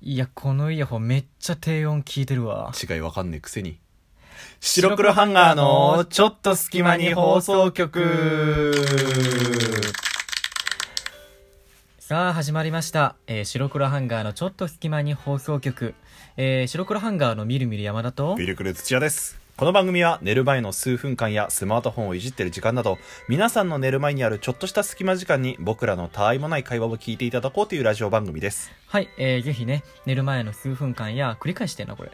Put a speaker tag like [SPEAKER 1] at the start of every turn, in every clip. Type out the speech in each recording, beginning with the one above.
[SPEAKER 1] いやこのイヤホンめっちゃ低音効いてるわ
[SPEAKER 2] 違いわかんねえくせに白黒ハンガーのちょっと隙間に放送局
[SPEAKER 1] さあ始まりました、えー白黒ハンガーのちょっと隙間に放送局、えー白黒ハンガーのみるみる山田と
[SPEAKER 2] ビルクル土屋ですこの番組は寝る前の数分間やスマートフォンをいじってる時間など皆さんの寝る前にあるちょっとした隙間時間に僕らの他愛もない会話を聞いていただこうというラジオ番組です
[SPEAKER 1] はい、えーぜひね寝る前の数分間や繰り返してんなこれ、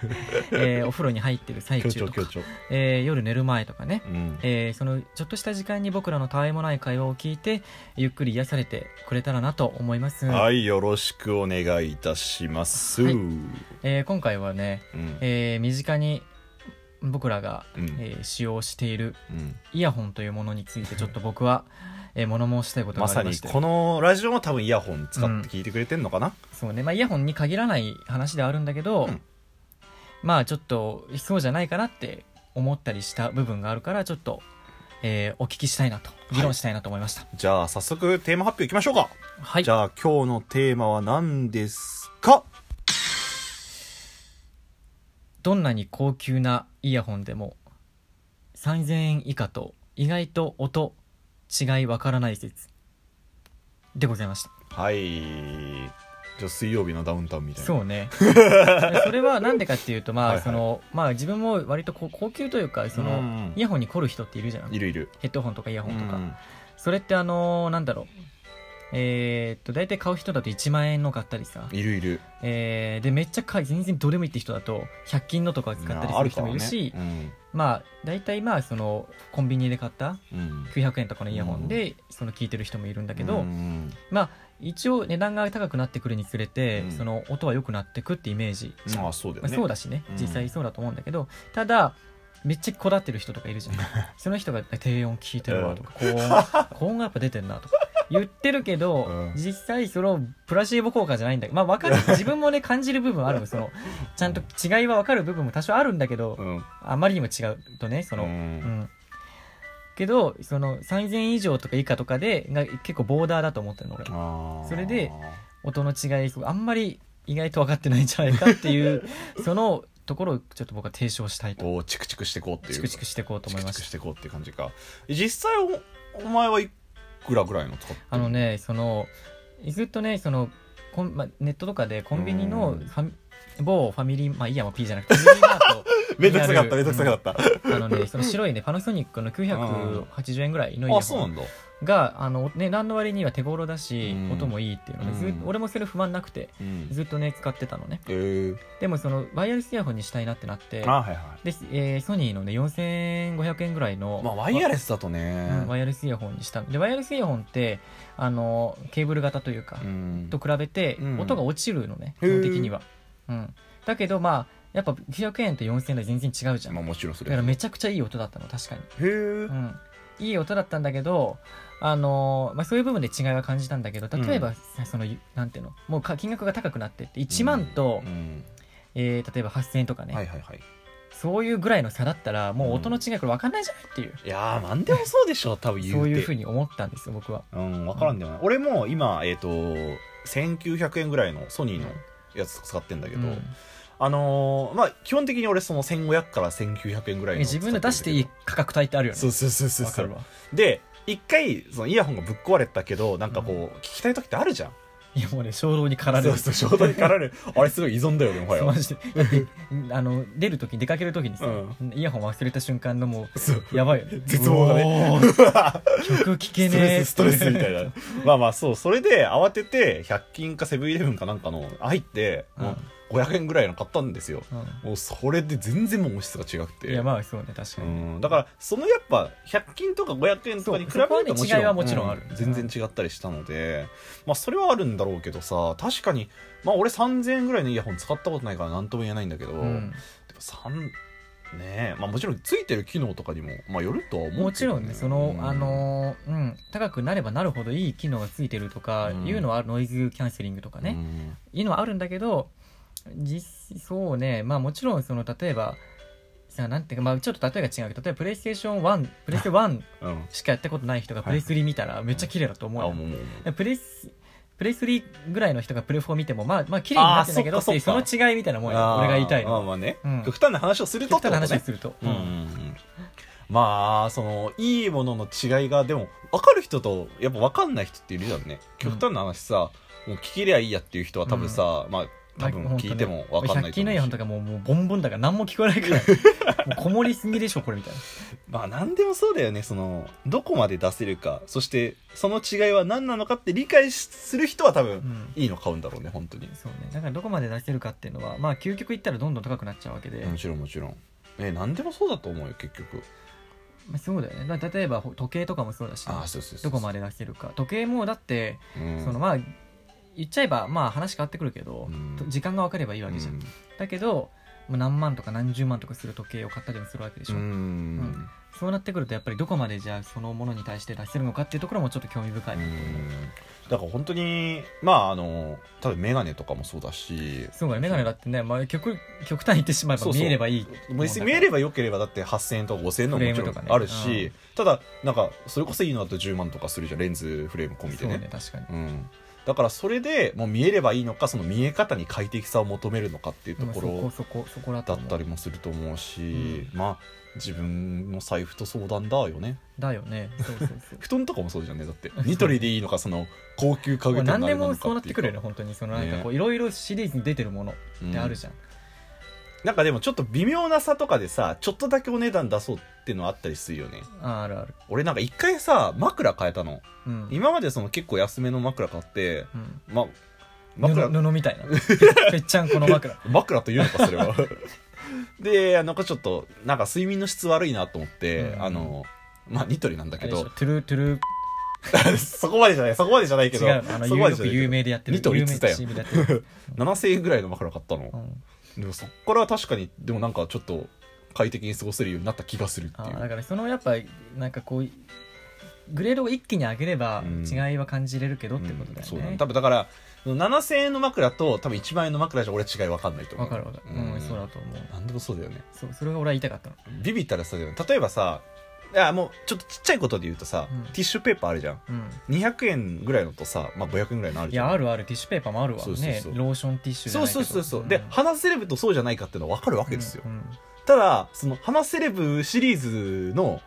[SPEAKER 1] えーお風呂に入ってる最中とか、
[SPEAKER 2] 調
[SPEAKER 1] えー夜寝る前とかね、
[SPEAKER 2] うん
[SPEAKER 1] えーそのちょっとした時間に僕らのたわいもない会話を聞いてゆっくり癒されてくれたらなと思います、
[SPEAKER 2] はいよろしくお願いいたします、
[SPEAKER 1] はい
[SPEAKER 2] うん
[SPEAKER 1] えー今回はね、えー身近に僕らが、
[SPEAKER 2] うん
[SPEAKER 1] えー使用している
[SPEAKER 2] うん
[SPEAKER 1] イヤホンというものについてちょっと僕は、えー物申したいこと
[SPEAKER 2] ま
[SPEAKER 1] があ
[SPEAKER 2] さ
[SPEAKER 1] りま
[SPEAKER 2] に
[SPEAKER 1] して、
[SPEAKER 2] このラジオも多分イヤホン使って聞いてくれてんのかな、
[SPEAKER 1] そうね、まあ、イヤホンに限らない話ではあるんだけど、
[SPEAKER 2] うん
[SPEAKER 1] まあちょっとそうじゃないかなって思ったりした部分があるからちょっと、えーお聞きしたいなと議論したいなと思いました
[SPEAKER 2] じゃあ早速テーマ発表いきましょうか
[SPEAKER 1] はい、
[SPEAKER 2] じゃあ今日のテーマは何ですか
[SPEAKER 1] どんなに高級なイヤホンでも3000円以下と意外と音違いわからない説でございました
[SPEAKER 2] はいじゃあ水曜日のダウンタウンみたいな
[SPEAKER 1] そう ねそれはなんでかっていうとま
[SPEAKER 2] はい
[SPEAKER 1] あ
[SPEAKER 2] はい
[SPEAKER 1] そのまあ自分も割とこう高級というかそ
[SPEAKER 2] うんう
[SPEAKER 1] の
[SPEAKER 2] ん
[SPEAKER 1] イヤホンに凝る人っているじゃん
[SPEAKER 2] いるいる
[SPEAKER 1] ヘッドホンとかイヤホンと
[SPEAKER 2] う
[SPEAKER 1] か
[SPEAKER 2] ん
[SPEAKER 1] それってあのーなんだろうえーっと大体買う人だと1万円の買ったりさ、
[SPEAKER 2] いるいる
[SPEAKER 1] えーでめっちゃ買い全然どれもいいって人だと100均のとか使ったり
[SPEAKER 2] まあ
[SPEAKER 1] す
[SPEAKER 2] あ
[SPEAKER 1] る
[SPEAKER 2] るか
[SPEAKER 1] 人
[SPEAKER 2] ら
[SPEAKER 1] もい
[SPEAKER 2] ね
[SPEAKER 1] るし
[SPEAKER 2] うん
[SPEAKER 1] まあ大体まあそのコンビニで買った
[SPEAKER 2] うん
[SPEAKER 1] 900円とかのイヤホンでその聞いてる人もいるんだけど、
[SPEAKER 2] うん
[SPEAKER 1] まあ一応値段が高くなってくるにつれて、
[SPEAKER 2] うん
[SPEAKER 1] その音は良くなってくってイメージ、
[SPEAKER 2] まあそうだよ
[SPEAKER 1] まあ
[SPEAKER 2] ね、
[SPEAKER 1] そうだしね
[SPEAKER 2] うん
[SPEAKER 1] 実際そうだと思うんだけど、ただめっちゃこだってる人とかい るじゃんその人が低音聞いてるわとか、高音高音がやっぱ出てんなとか言ってるけど、
[SPEAKER 2] うん
[SPEAKER 1] 実際そのプラシーボ効果じゃないんだけどまあ 分かる自分もね感じる部分はあるのそのちゃんと違いは分かる部分も多少あるんだけど、
[SPEAKER 2] うん
[SPEAKER 1] あまりにも違うとねその、
[SPEAKER 2] う
[SPEAKER 1] うんんけどその3000以上とか以下とかでが結構ボーダーだと思ってるの俺
[SPEAKER 2] あー
[SPEAKER 1] それで音の違いあんまり意外と分かってないんじゃないかっていう そのところをちょっと僕は提唱したいと
[SPEAKER 2] こうチクチクしてこうっていう
[SPEAKER 1] チクチク
[SPEAKER 2] チ
[SPEAKER 1] していこうと
[SPEAKER 2] クチ
[SPEAKER 1] 思いま
[SPEAKER 2] ク
[SPEAKER 1] し
[SPEAKER 2] したてこうっていう感じか実際おお前はいくらぐらいの使ってる
[SPEAKER 1] あのねそのずっとねそのこん、ま、ネットとかでコンビニの
[SPEAKER 2] うん
[SPEAKER 1] ファミ某ファミリーまあいいやもう P じゃなくてファミリーマート
[SPEAKER 2] めんどくさかった
[SPEAKER 1] リア
[SPEAKER 2] め
[SPEAKER 1] ル
[SPEAKER 2] んどくさかった、
[SPEAKER 1] あのねその白いねパナソニックの980円ぐらいのイヤ
[SPEAKER 2] あそう
[SPEAKER 1] ホ
[SPEAKER 2] な
[SPEAKER 1] ン
[SPEAKER 2] んだ
[SPEAKER 1] があの値段の割には手頃だし
[SPEAKER 2] うん
[SPEAKER 1] 音もいいっていうのでずっ
[SPEAKER 2] うん
[SPEAKER 1] 俺もそれ不満なくて
[SPEAKER 2] うん
[SPEAKER 1] ずっとね使ってたのね
[SPEAKER 2] えー、
[SPEAKER 1] でもそのワイヤレスイヤホンにしたいなってなって
[SPEAKER 2] あはいはい
[SPEAKER 1] で、えーソニーのね4500円ぐらいの、
[SPEAKER 2] まあ、ワイヤ
[SPEAKER 1] レ
[SPEAKER 2] レスだとね、
[SPEAKER 1] ワイヤレスイヤホンにしたのでワイヤレスイヤホンってあのケーブル型というか、
[SPEAKER 2] うん
[SPEAKER 1] と比べて
[SPEAKER 2] うん
[SPEAKER 1] 音が落ちるのね、
[SPEAKER 2] へ
[SPEAKER 1] 基
[SPEAKER 2] ー
[SPEAKER 1] 本的には、うん、だけどまあやっぱ900円と4000円で全然違うじゃん
[SPEAKER 2] まあ
[SPEAKER 1] だ
[SPEAKER 2] もちろんそれ
[SPEAKER 1] からめちゃくちゃいい音だったの確かに、
[SPEAKER 2] へえ
[SPEAKER 1] うん、いい音だったんだけどあのまあ、そういう部分で違いは感じたんだけど例えば、
[SPEAKER 2] う
[SPEAKER 1] そのなんていうのもうか金額が高くなってって1万と、えー例えば8000円とかね、
[SPEAKER 2] はいはいはい
[SPEAKER 1] そういうぐらいの差だったらもう音の違いこれ分かんないじゃないっていう、
[SPEAKER 2] いやーなんでもそうでしょ多分言うて
[SPEAKER 1] そういうふうに思ったんですよ僕は
[SPEAKER 2] うん分からんでもない、俺も今えっ、と1900円ぐらいのソニーのやつ使ってんだけど、
[SPEAKER 1] うん
[SPEAKER 2] あのーまあ基本的に俺その1500から1900円ぐらいの
[SPEAKER 1] 自分で出していい価格帯ってあるよね
[SPEAKER 2] そうそうそうそう
[SPEAKER 1] わか
[SPEAKER 2] そ
[SPEAKER 1] る
[SPEAKER 2] う
[SPEAKER 1] わ
[SPEAKER 2] で一回そのイヤホンがぶっ壊れたけどなんかこう、聞きたい時ってあるじゃん
[SPEAKER 1] いやもうね衝動に駆られ
[SPEAKER 2] そ
[SPEAKER 1] る
[SPEAKER 2] うそう衝動に駆られるあれすごい依存だよねもはや
[SPEAKER 1] マジでだってあの出る時出かける時にさ、イヤホン忘れた瞬間のも
[SPEAKER 2] そう
[SPEAKER 1] うやばいよね
[SPEAKER 2] 絶望がね
[SPEAKER 1] おー曲聴け
[SPEAKER 2] ストレ
[SPEAKER 1] ねえ
[SPEAKER 2] スストレスみたいなまあまあそうそれで慌てて100均かセブンイレブンかなんかの入ってもう500円ぐらいの買ったんですよもうそれで全然もう音質が違く
[SPEAKER 1] う
[SPEAKER 2] て
[SPEAKER 1] んいやまあそうね確か
[SPEAKER 2] う
[SPEAKER 1] に、
[SPEAKER 2] ん、だからそのやっぱ100均とか500円とか
[SPEAKER 1] そ
[SPEAKER 2] に比べる
[SPEAKER 1] うそ
[SPEAKER 2] と
[SPEAKER 1] こはね違いはもちろんある
[SPEAKER 2] う全然違ったりしたので、まあ、それはあるんだろうけどさ確かに、まあ、俺3000円ぐらいのイヤホン使ったことないから何とも言えないんだけど、
[SPEAKER 1] うん
[SPEAKER 2] でも3ねえ、まあ、もちろんついてる機能とかにも、まあ、よるとは思うけど、
[SPEAKER 1] もちろんねその、
[SPEAKER 2] うん
[SPEAKER 1] あのーうん高くなればなるほどいい機能がついてるとか
[SPEAKER 2] うん
[SPEAKER 1] いうのはあるノイズキャンセリングとかね、
[SPEAKER 2] うん
[SPEAKER 1] いうのはあるんだけど実そうねまあもちろんその例えばさなんていうか、まあ、ちょっと例えが違うけど例えばプレイステーション1プレイステ1
[SPEAKER 2] うん
[SPEAKER 1] しかやったことない人がプレイス3見たらめっちゃ綺麗だと
[SPEAKER 2] あ
[SPEAKER 1] 思うよ、
[SPEAKER 2] もうもうもう
[SPEAKER 1] プレイスプレスリーぐらいの人がプレフォー見てもまあまあ綺麗になってんだけど
[SPEAKER 2] あーそっか
[SPEAKER 1] そ
[SPEAKER 2] そっか
[SPEAKER 1] の違いみたいなもんよ俺が言いたい
[SPEAKER 2] あーまあ
[SPEAKER 1] の
[SPEAKER 2] まあね、
[SPEAKER 1] うん
[SPEAKER 2] 極端な話をする
[SPEAKER 1] 極
[SPEAKER 2] と
[SPEAKER 1] 端
[SPEAKER 2] って
[SPEAKER 1] な
[SPEAKER 2] こ
[SPEAKER 1] 話
[SPEAKER 2] と
[SPEAKER 1] を
[SPEAKER 2] ね
[SPEAKER 1] すると、
[SPEAKER 2] うんうんうんまあそのいいものの違いがでも分かる人とやっぱ分かんない人っているじゃんね極端な話さ、もう聞きりゃいいやっていう人は多分さ、まあ多分聞いても分かんない
[SPEAKER 1] 100
[SPEAKER 2] と
[SPEAKER 1] 均の
[SPEAKER 2] 思う
[SPEAKER 1] イ
[SPEAKER 2] し
[SPEAKER 1] オンとかもうもうボンボンだから何も聞こえないからもうこもりすぎでしょこれみたいな
[SPEAKER 2] まあ何でもそうだよねそのどこまで出せるかそしてその違いは何なのかって理解する人は多
[SPEAKER 1] う
[SPEAKER 2] 分
[SPEAKER 1] ん
[SPEAKER 2] いいの買うんだろうね本当に
[SPEAKER 1] そうねだからどこまで出せるかっていうのはまあ究極言ったらどんどん高くなっちゃうわけで、
[SPEAKER 2] もちろんもちろんえ何でもそうだと思うよ結局
[SPEAKER 1] まあ、そうだよねだから例えばほ時計とかもそうだし
[SPEAKER 2] ああそうそうそう
[SPEAKER 1] どこまで出せるか時計もだって、
[SPEAKER 2] うん
[SPEAKER 1] そのまあ言っちゃえばまあ話変わってくるけど、
[SPEAKER 2] うん
[SPEAKER 1] と時間が分かればいいわけじゃん、
[SPEAKER 2] うん
[SPEAKER 1] だけどもう何万とか何十万とかする時計を買ったりもするわけでしょ、
[SPEAKER 2] うん
[SPEAKER 1] そうなってくるとやっぱりどこまでじゃあそのものに対して出せるのかっていうところもちょっと興味深い、
[SPEAKER 2] うんだから本当にまああの例えばメガネとかもそうだし
[SPEAKER 1] そうだね眼鏡だってね、まあ、極極端に言ってしまえ
[SPEAKER 2] そ
[SPEAKER 1] ば
[SPEAKER 2] うそう
[SPEAKER 1] 見えればいい
[SPEAKER 2] もう別に見えれ
[SPEAKER 1] ば
[SPEAKER 2] ばよければだって8000円とか5000円のももち
[SPEAKER 1] フレー
[SPEAKER 2] ろ
[SPEAKER 1] ムとか
[SPEAKER 2] ん
[SPEAKER 1] ね
[SPEAKER 2] あるし、ただなんかそれこそいいのだと10万とかするじゃんレンズフレーム込みで
[SPEAKER 1] そう
[SPEAKER 2] ね
[SPEAKER 1] ね確かに
[SPEAKER 2] うん、だからそれでもう見えればいいのかその見え方に快適さを求めるのかっていうと
[SPEAKER 1] まあ
[SPEAKER 2] こ
[SPEAKER 1] そ
[SPEAKER 2] ろ
[SPEAKER 1] こそこそこだと
[SPEAKER 2] だ
[SPEAKER 1] 思
[SPEAKER 2] っ
[SPEAKER 1] う
[SPEAKER 2] たりもすると思うし、まあ自分の財布と相談だよね
[SPEAKER 1] だよねそうそうそう
[SPEAKER 2] 布団とかもそうじゃんねだってニトリでいいのかその高級家具
[SPEAKER 1] もう
[SPEAKER 2] 店のあ
[SPEAKER 1] 何で
[SPEAKER 2] れな
[SPEAKER 1] も
[SPEAKER 2] の
[SPEAKER 1] そう
[SPEAKER 2] か
[SPEAKER 1] な
[SPEAKER 2] っ
[SPEAKER 1] ってて
[SPEAKER 2] いう
[SPEAKER 1] く
[SPEAKER 2] か
[SPEAKER 1] るよね本当にそのなんか
[SPEAKER 2] ね
[SPEAKER 1] こういろいろシリーズに出てるものってあるじゃん、
[SPEAKER 2] うんなんかでもちょっと微妙な差とかでさちょっとだけお値段出そうっていうのはあったりするよね
[SPEAKER 1] ああるある
[SPEAKER 2] 俺なんか一回さ枕変えたの
[SPEAKER 1] うん、
[SPEAKER 2] 今までその結構安めの枕買って
[SPEAKER 1] うん、
[SPEAKER 2] まあ枕
[SPEAKER 1] 布布みたいな ぺっちゃんこの枕
[SPEAKER 2] 枕というのかそれは でなんかちょっとなんか睡眠の質悪いなと思って、
[SPEAKER 1] うん
[SPEAKER 2] あのまあニトリなん
[SPEAKER 1] あ
[SPEAKER 2] だけ
[SPEAKER 1] れでしょ
[SPEAKER 2] ど
[SPEAKER 1] トゥルートゥルー
[SPEAKER 2] そこまでじゃないそこまでじゃないけど
[SPEAKER 1] 違うのあの
[SPEAKER 2] そこまで
[SPEAKER 1] よ
[SPEAKER 2] じゃ
[SPEAKER 1] く
[SPEAKER 2] ない
[SPEAKER 1] 有名でやってる
[SPEAKER 2] ニトリっ
[SPEAKER 1] 有
[SPEAKER 2] つっ
[SPEAKER 1] 名
[SPEAKER 2] たよ
[SPEAKER 1] CM でやってる
[SPEAKER 2] 7000円ぐらいの枕買ったの、
[SPEAKER 1] うん
[SPEAKER 2] でもそっから確かにでもなんかちょっと快適に過ごせるようになった気がするって
[SPEAKER 1] あ
[SPEAKER 2] い
[SPEAKER 1] ーだ
[SPEAKER 2] う
[SPEAKER 1] からそのやっぱなんかこうグレードを一気に上げれば
[SPEAKER 2] うん
[SPEAKER 1] 違いは感じれるけどってこと
[SPEAKER 2] う
[SPEAKER 1] だよ
[SPEAKER 2] んそうだね
[SPEAKER 1] ね
[SPEAKER 2] 多分だから7000円の枕と多分1万円の枕じゃ俺違い分かんないと思
[SPEAKER 1] わ
[SPEAKER 2] う
[SPEAKER 1] かるわかるうん、そうだと思う
[SPEAKER 2] なんでもそうだよね
[SPEAKER 1] そうそれが俺は言いたかったの
[SPEAKER 2] ビビったらさ例えばさいやもうちょっとちっちゃいことで言うとさ、
[SPEAKER 1] うん
[SPEAKER 2] ティッシュペーパーあるじゃん
[SPEAKER 1] うん
[SPEAKER 2] 200円ぐらいのとさ、まあ、500円ぐらいのある
[SPEAKER 1] い
[SPEAKER 2] じゃん
[SPEAKER 1] やあるあるティッシュペーパーもあるわ
[SPEAKER 2] そうそうそう
[SPEAKER 1] ねローションティッシュじゃ
[SPEAKER 2] そ
[SPEAKER 1] な
[SPEAKER 2] う
[SPEAKER 1] いけど
[SPEAKER 2] そうそうそう、で
[SPEAKER 1] ん
[SPEAKER 2] 花セレブとそうじゃないかっていうのは分かるわけですよ、
[SPEAKER 1] うんうん
[SPEAKER 2] ただその花セレブシリーズの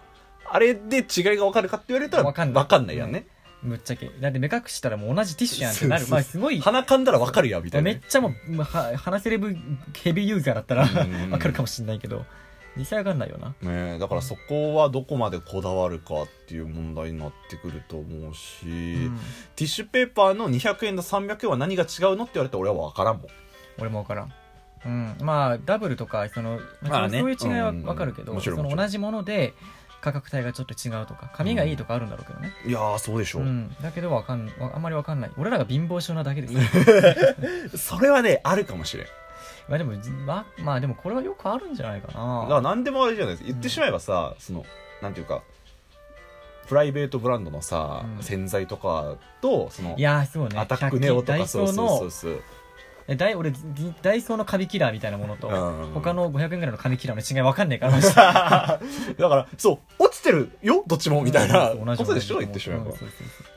[SPEAKER 2] あれで違いが分かるかって言われたら
[SPEAKER 1] 分かんない
[SPEAKER 2] 分かんないやんね、
[SPEAKER 1] むっちゃけだって目隠したらもう同じティッシュやんってな
[SPEAKER 2] そうそう
[SPEAKER 1] る
[SPEAKER 2] そう
[SPEAKER 1] まあすごい
[SPEAKER 2] 鼻かんだら分かるやみたいな
[SPEAKER 1] め
[SPEAKER 2] ね、
[SPEAKER 1] っちゃもうまあは話せれぶヘビーユーザーだったら
[SPEAKER 2] うんうんうん
[SPEAKER 1] わかるかもしれないけど実際わかんないよな
[SPEAKER 2] ねえだからそこはどこまでこだわるかっていう問題になってくると思うし、
[SPEAKER 1] うん
[SPEAKER 2] ティッシュペーパーの200円と300円は何が違うのって言われたら俺は分からんもん
[SPEAKER 1] 俺も分からん、うん、まあダブルとかその、
[SPEAKER 2] まあね
[SPEAKER 1] そういう違いは
[SPEAKER 2] うん
[SPEAKER 1] 分かるけど、
[SPEAKER 2] もち
[SPEAKER 1] そ
[SPEAKER 2] ろんもちろ
[SPEAKER 1] の
[SPEAKER 2] ん
[SPEAKER 1] 同じもので価格帯がちょっと違うとか髪がいいとかあるんだろうけどね、
[SPEAKER 2] いやーそうでし
[SPEAKER 1] う
[SPEAKER 2] ょ
[SPEAKER 1] ん
[SPEAKER 2] う、
[SPEAKER 1] だけどわかんわあんまり分かんない俺らが貧乏症なだ けです
[SPEAKER 2] それはねあるかもしれん
[SPEAKER 1] まあでも、まあ、まあでもこれはよくあるんじゃないか
[SPEAKER 2] だから
[SPEAKER 1] な
[SPEAKER 2] 何でもあれじゃないです言ってしまえばさ、そのなんていうかプライベートブランドのさ、
[SPEAKER 1] うん
[SPEAKER 2] 洗剤とかとその
[SPEAKER 1] いやーそうね
[SPEAKER 2] アタックネオと
[SPEAKER 1] ダ
[SPEAKER 2] か
[SPEAKER 1] イソー
[SPEAKER 2] そうそうそ
[SPEAKER 1] の
[SPEAKER 2] うそう
[SPEAKER 1] えダイ俺ダイソーのカビキラーみたいなものと、
[SPEAKER 2] うん
[SPEAKER 1] 他の500円ぐらいのカビキラーの違い分かんないからみ
[SPEAKER 2] だからそう落ちてるよどっちもみたいなことでしょ言ってしまえば、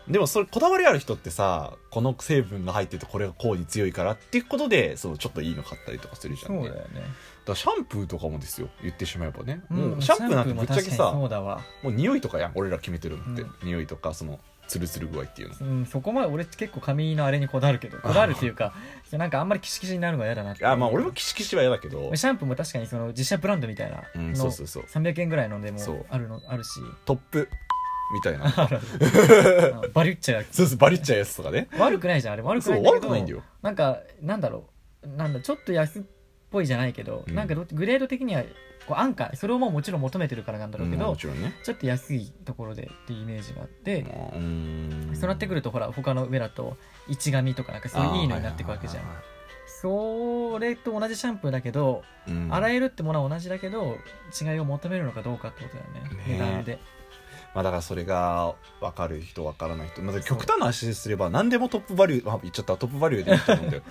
[SPEAKER 2] でもそれこだわりある人ってさこの成分が入っててこれがこうに強いからっていうことでそうちょっといいの買ったりとかするじゃ
[SPEAKER 1] そ
[SPEAKER 2] ん、
[SPEAKER 1] う
[SPEAKER 2] ね、
[SPEAKER 1] だよ
[SPEAKER 2] だか
[SPEAKER 1] ね、
[SPEAKER 2] らシャンプーとかもですよ言ってしまえばね、
[SPEAKER 1] うん
[SPEAKER 2] もうシャンプーなんてぶっちゃけ
[SPEAKER 1] シャンプーも確かに
[SPEAKER 2] さ
[SPEAKER 1] そうだわ
[SPEAKER 2] もう匂いとかやん俺ら決めてるのって、
[SPEAKER 1] うん
[SPEAKER 2] 匂いとかそのツルツル具合っていうの
[SPEAKER 1] うん、そこまで俺結構髪のあれにこだわるけどこだわるっていうかなんかあんまりキシキシになるのは嫌だなって
[SPEAKER 2] あまあ俺もキシキシは嫌だけど
[SPEAKER 1] シャンプーも確かにその自社ブランドみたいな
[SPEAKER 2] う
[SPEAKER 1] の、
[SPEAKER 2] んそうそうそう
[SPEAKER 1] 300円ぐらいのでも
[SPEAKER 2] そう
[SPEAKER 1] あるのあるし
[SPEAKER 2] トップみたいな
[SPEAKER 1] あバリュッチャや
[SPEAKER 2] そうそうバリっちゃうやつとかね
[SPEAKER 1] 悪くないじゃんあれ悪く
[SPEAKER 2] そ
[SPEAKER 1] ない
[SPEAKER 2] うん
[SPEAKER 1] だけ
[SPEAKER 2] 悪
[SPEAKER 1] ど
[SPEAKER 2] くないんだよ
[SPEAKER 1] なんかなんだろうなんだちょっと安っぽいじゃないけど、
[SPEAKER 2] うん
[SPEAKER 1] なんかどグレード的にはこう安価それをもうもちろん求めてるからなんだろうけ
[SPEAKER 2] うん
[SPEAKER 1] ど、
[SPEAKER 2] もちろんね
[SPEAKER 1] ちょっと安いところでっていうイメージがあって、
[SPEAKER 2] まあうーん
[SPEAKER 1] そうなってくるとほら他の上だと一髪とかなんかそういういいのになっていくわけじゃん
[SPEAKER 2] あーはい
[SPEAKER 1] それと同じシャンプーだけど、
[SPEAKER 2] はいはいうん
[SPEAKER 1] 洗えるってものは同じだけど違いを求めるのかどうかってことだよね値
[SPEAKER 2] ね
[SPEAKER 1] 段で
[SPEAKER 2] まあだからそれが分かる人分からない人、まあ、極端な話すれば何でもトップバリュー、まあ、言っちゃったトップバリューでいいと 思うんだよ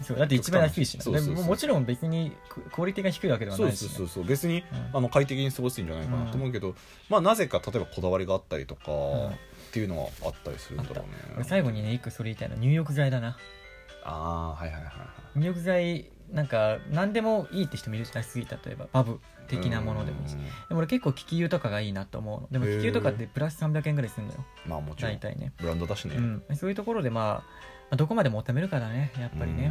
[SPEAKER 1] そうだって一番安いしな
[SPEAKER 2] そうそうそう
[SPEAKER 1] でももちろん別にククオリティが低いわけでは
[SPEAKER 2] そ
[SPEAKER 1] な
[SPEAKER 2] う
[SPEAKER 1] いし、
[SPEAKER 2] そ
[SPEAKER 1] ね、
[SPEAKER 2] うそうそう別に
[SPEAKER 1] うん
[SPEAKER 2] あの快適に過ごすんじゃないかなと思うけど、まあなぜか例えばこだわりがあったりとか、っ
[SPEAKER 1] ん
[SPEAKER 2] てっていうのはあったりするんだろう
[SPEAKER 1] 俺
[SPEAKER 2] ね
[SPEAKER 1] 最後にね一個それ言いたいのは入浴剤だな
[SPEAKER 2] ああはいはいはいはい
[SPEAKER 1] 入浴剤なんか何でもいいって人もいるじゃないすぎ例えばバブ的なものでもいいし
[SPEAKER 2] うん
[SPEAKER 1] でも俺結構気球とかがいいなと思うのでも
[SPEAKER 2] へー
[SPEAKER 1] 気球とかってプラス300円ぐらいするのよ
[SPEAKER 2] まあもちろ
[SPEAKER 1] 大
[SPEAKER 2] ん
[SPEAKER 1] 体ね
[SPEAKER 2] ブランドだしね
[SPEAKER 1] うん、そういうところでまあまあどこまでも求めるかだねやっぱりね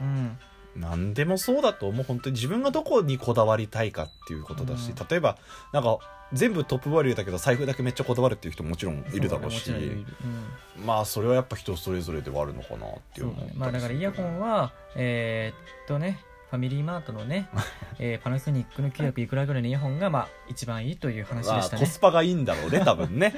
[SPEAKER 1] うん、
[SPEAKER 2] 何でもそうだと思う本当に自分がどこにこだわりたいかっていうことだし、
[SPEAKER 1] うん
[SPEAKER 2] 例えばなんか全部トップバリューだけど財布だけめっちゃこだわるっていう人ももちろんいるだろうし
[SPEAKER 1] そねもちろんいるいるうん
[SPEAKER 2] まあそれはやっぱ人それぞれではあるのかなって
[SPEAKER 1] そ
[SPEAKER 2] いう
[SPEAKER 1] う
[SPEAKER 2] 思
[SPEAKER 1] だ
[SPEAKER 2] っ
[SPEAKER 1] ね
[SPEAKER 2] たりする
[SPEAKER 1] まあだからイヤホンはえーっとねファミリーマートの ね、えーパナソニックの900いくらぐらいのイヤホンがまあ一番いいという話でした
[SPEAKER 2] まあコ
[SPEAKER 1] ね
[SPEAKER 2] スパがいいんだろうね多分ね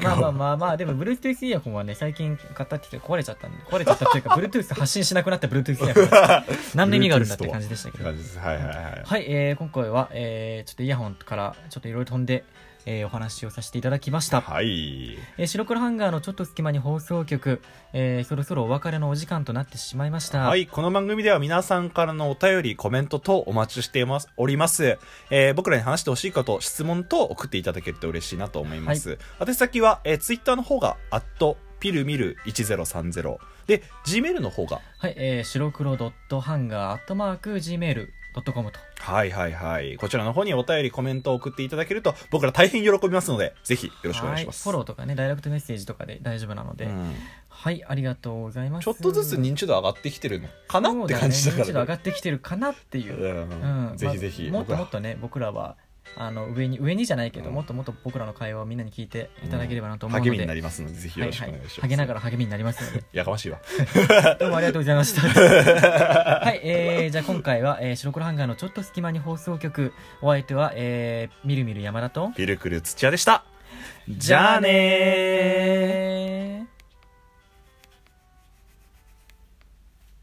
[SPEAKER 1] まあまあまあまあでも Bluetooth イヤホンはね最近買ったって言って壊れちゃったんで壊れちゃったというか Bluetooth 発信しなくなった Bluetooth イヤホンなんで意味があるんだって感じでしたけど
[SPEAKER 2] 感じですはいはいはい
[SPEAKER 1] はい、えー今回は、えーちょっとイヤホンからちょっといろいろ飛んで、えーお話をさせていただきました、
[SPEAKER 2] はい
[SPEAKER 1] えー白黒ハンガーのちょっと隙間に放送局、えーそろそろお別れのお時間となってしまいました
[SPEAKER 2] はい、この番組では皆さんからのお便り、コメント等お待ちしてますおります。えー僕らに話してほしいこと、質問等送っていただけると嬉しいなと思います。宛先は、えー、Twitter の方が、アットピルミル1030。で、Gmail の方が、
[SPEAKER 1] はい、えー白黒ドットハンガーアットマーク Gmail.com と
[SPEAKER 2] はいはいはい。こちらの方にお便り、コメントを送っていただけると、僕ら大変喜びますので、ぜひよろしくお願いします。
[SPEAKER 1] はいフォローとかねダイレクトメッセージとかで大丈夫なので、
[SPEAKER 2] うん
[SPEAKER 1] はいありがとうございます
[SPEAKER 2] ちょっとずつ認知度上がってきてるのかなって感じだから
[SPEAKER 1] そうね認知度上がってきてるかなっていう、
[SPEAKER 2] うん
[SPEAKER 1] うん
[SPEAKER 2] ぜひぜひ、
[SPEAKER 1] まあもっとも
[SPEAKER 2] 僕ら
[SPEAKER 1] っとね僕らはあの上に上にじゃないけど、
[SPEAKER 2] うん
[SPEAKER 1] もっともっと僕らの会話をみんなに聞いていただければなと思うので、
[SPEAKER 2] 励みになりますので、ぜひよろしくお願いします。
[SPEAKER 1] はいはい、励ながら励みになりますの で
[SPEAKER 2] やかましいわ。
[SPEAKER 1] どうもありがとうございましたはい、えー、じゃあ今回は、えー、白黒ハンガーのちょっと隙間に放送局お相手は、えー、みるみる山田と
[SPEAKER 2] ピルクル土屋でした。じゃあねー。
[SPEAKER 1] ー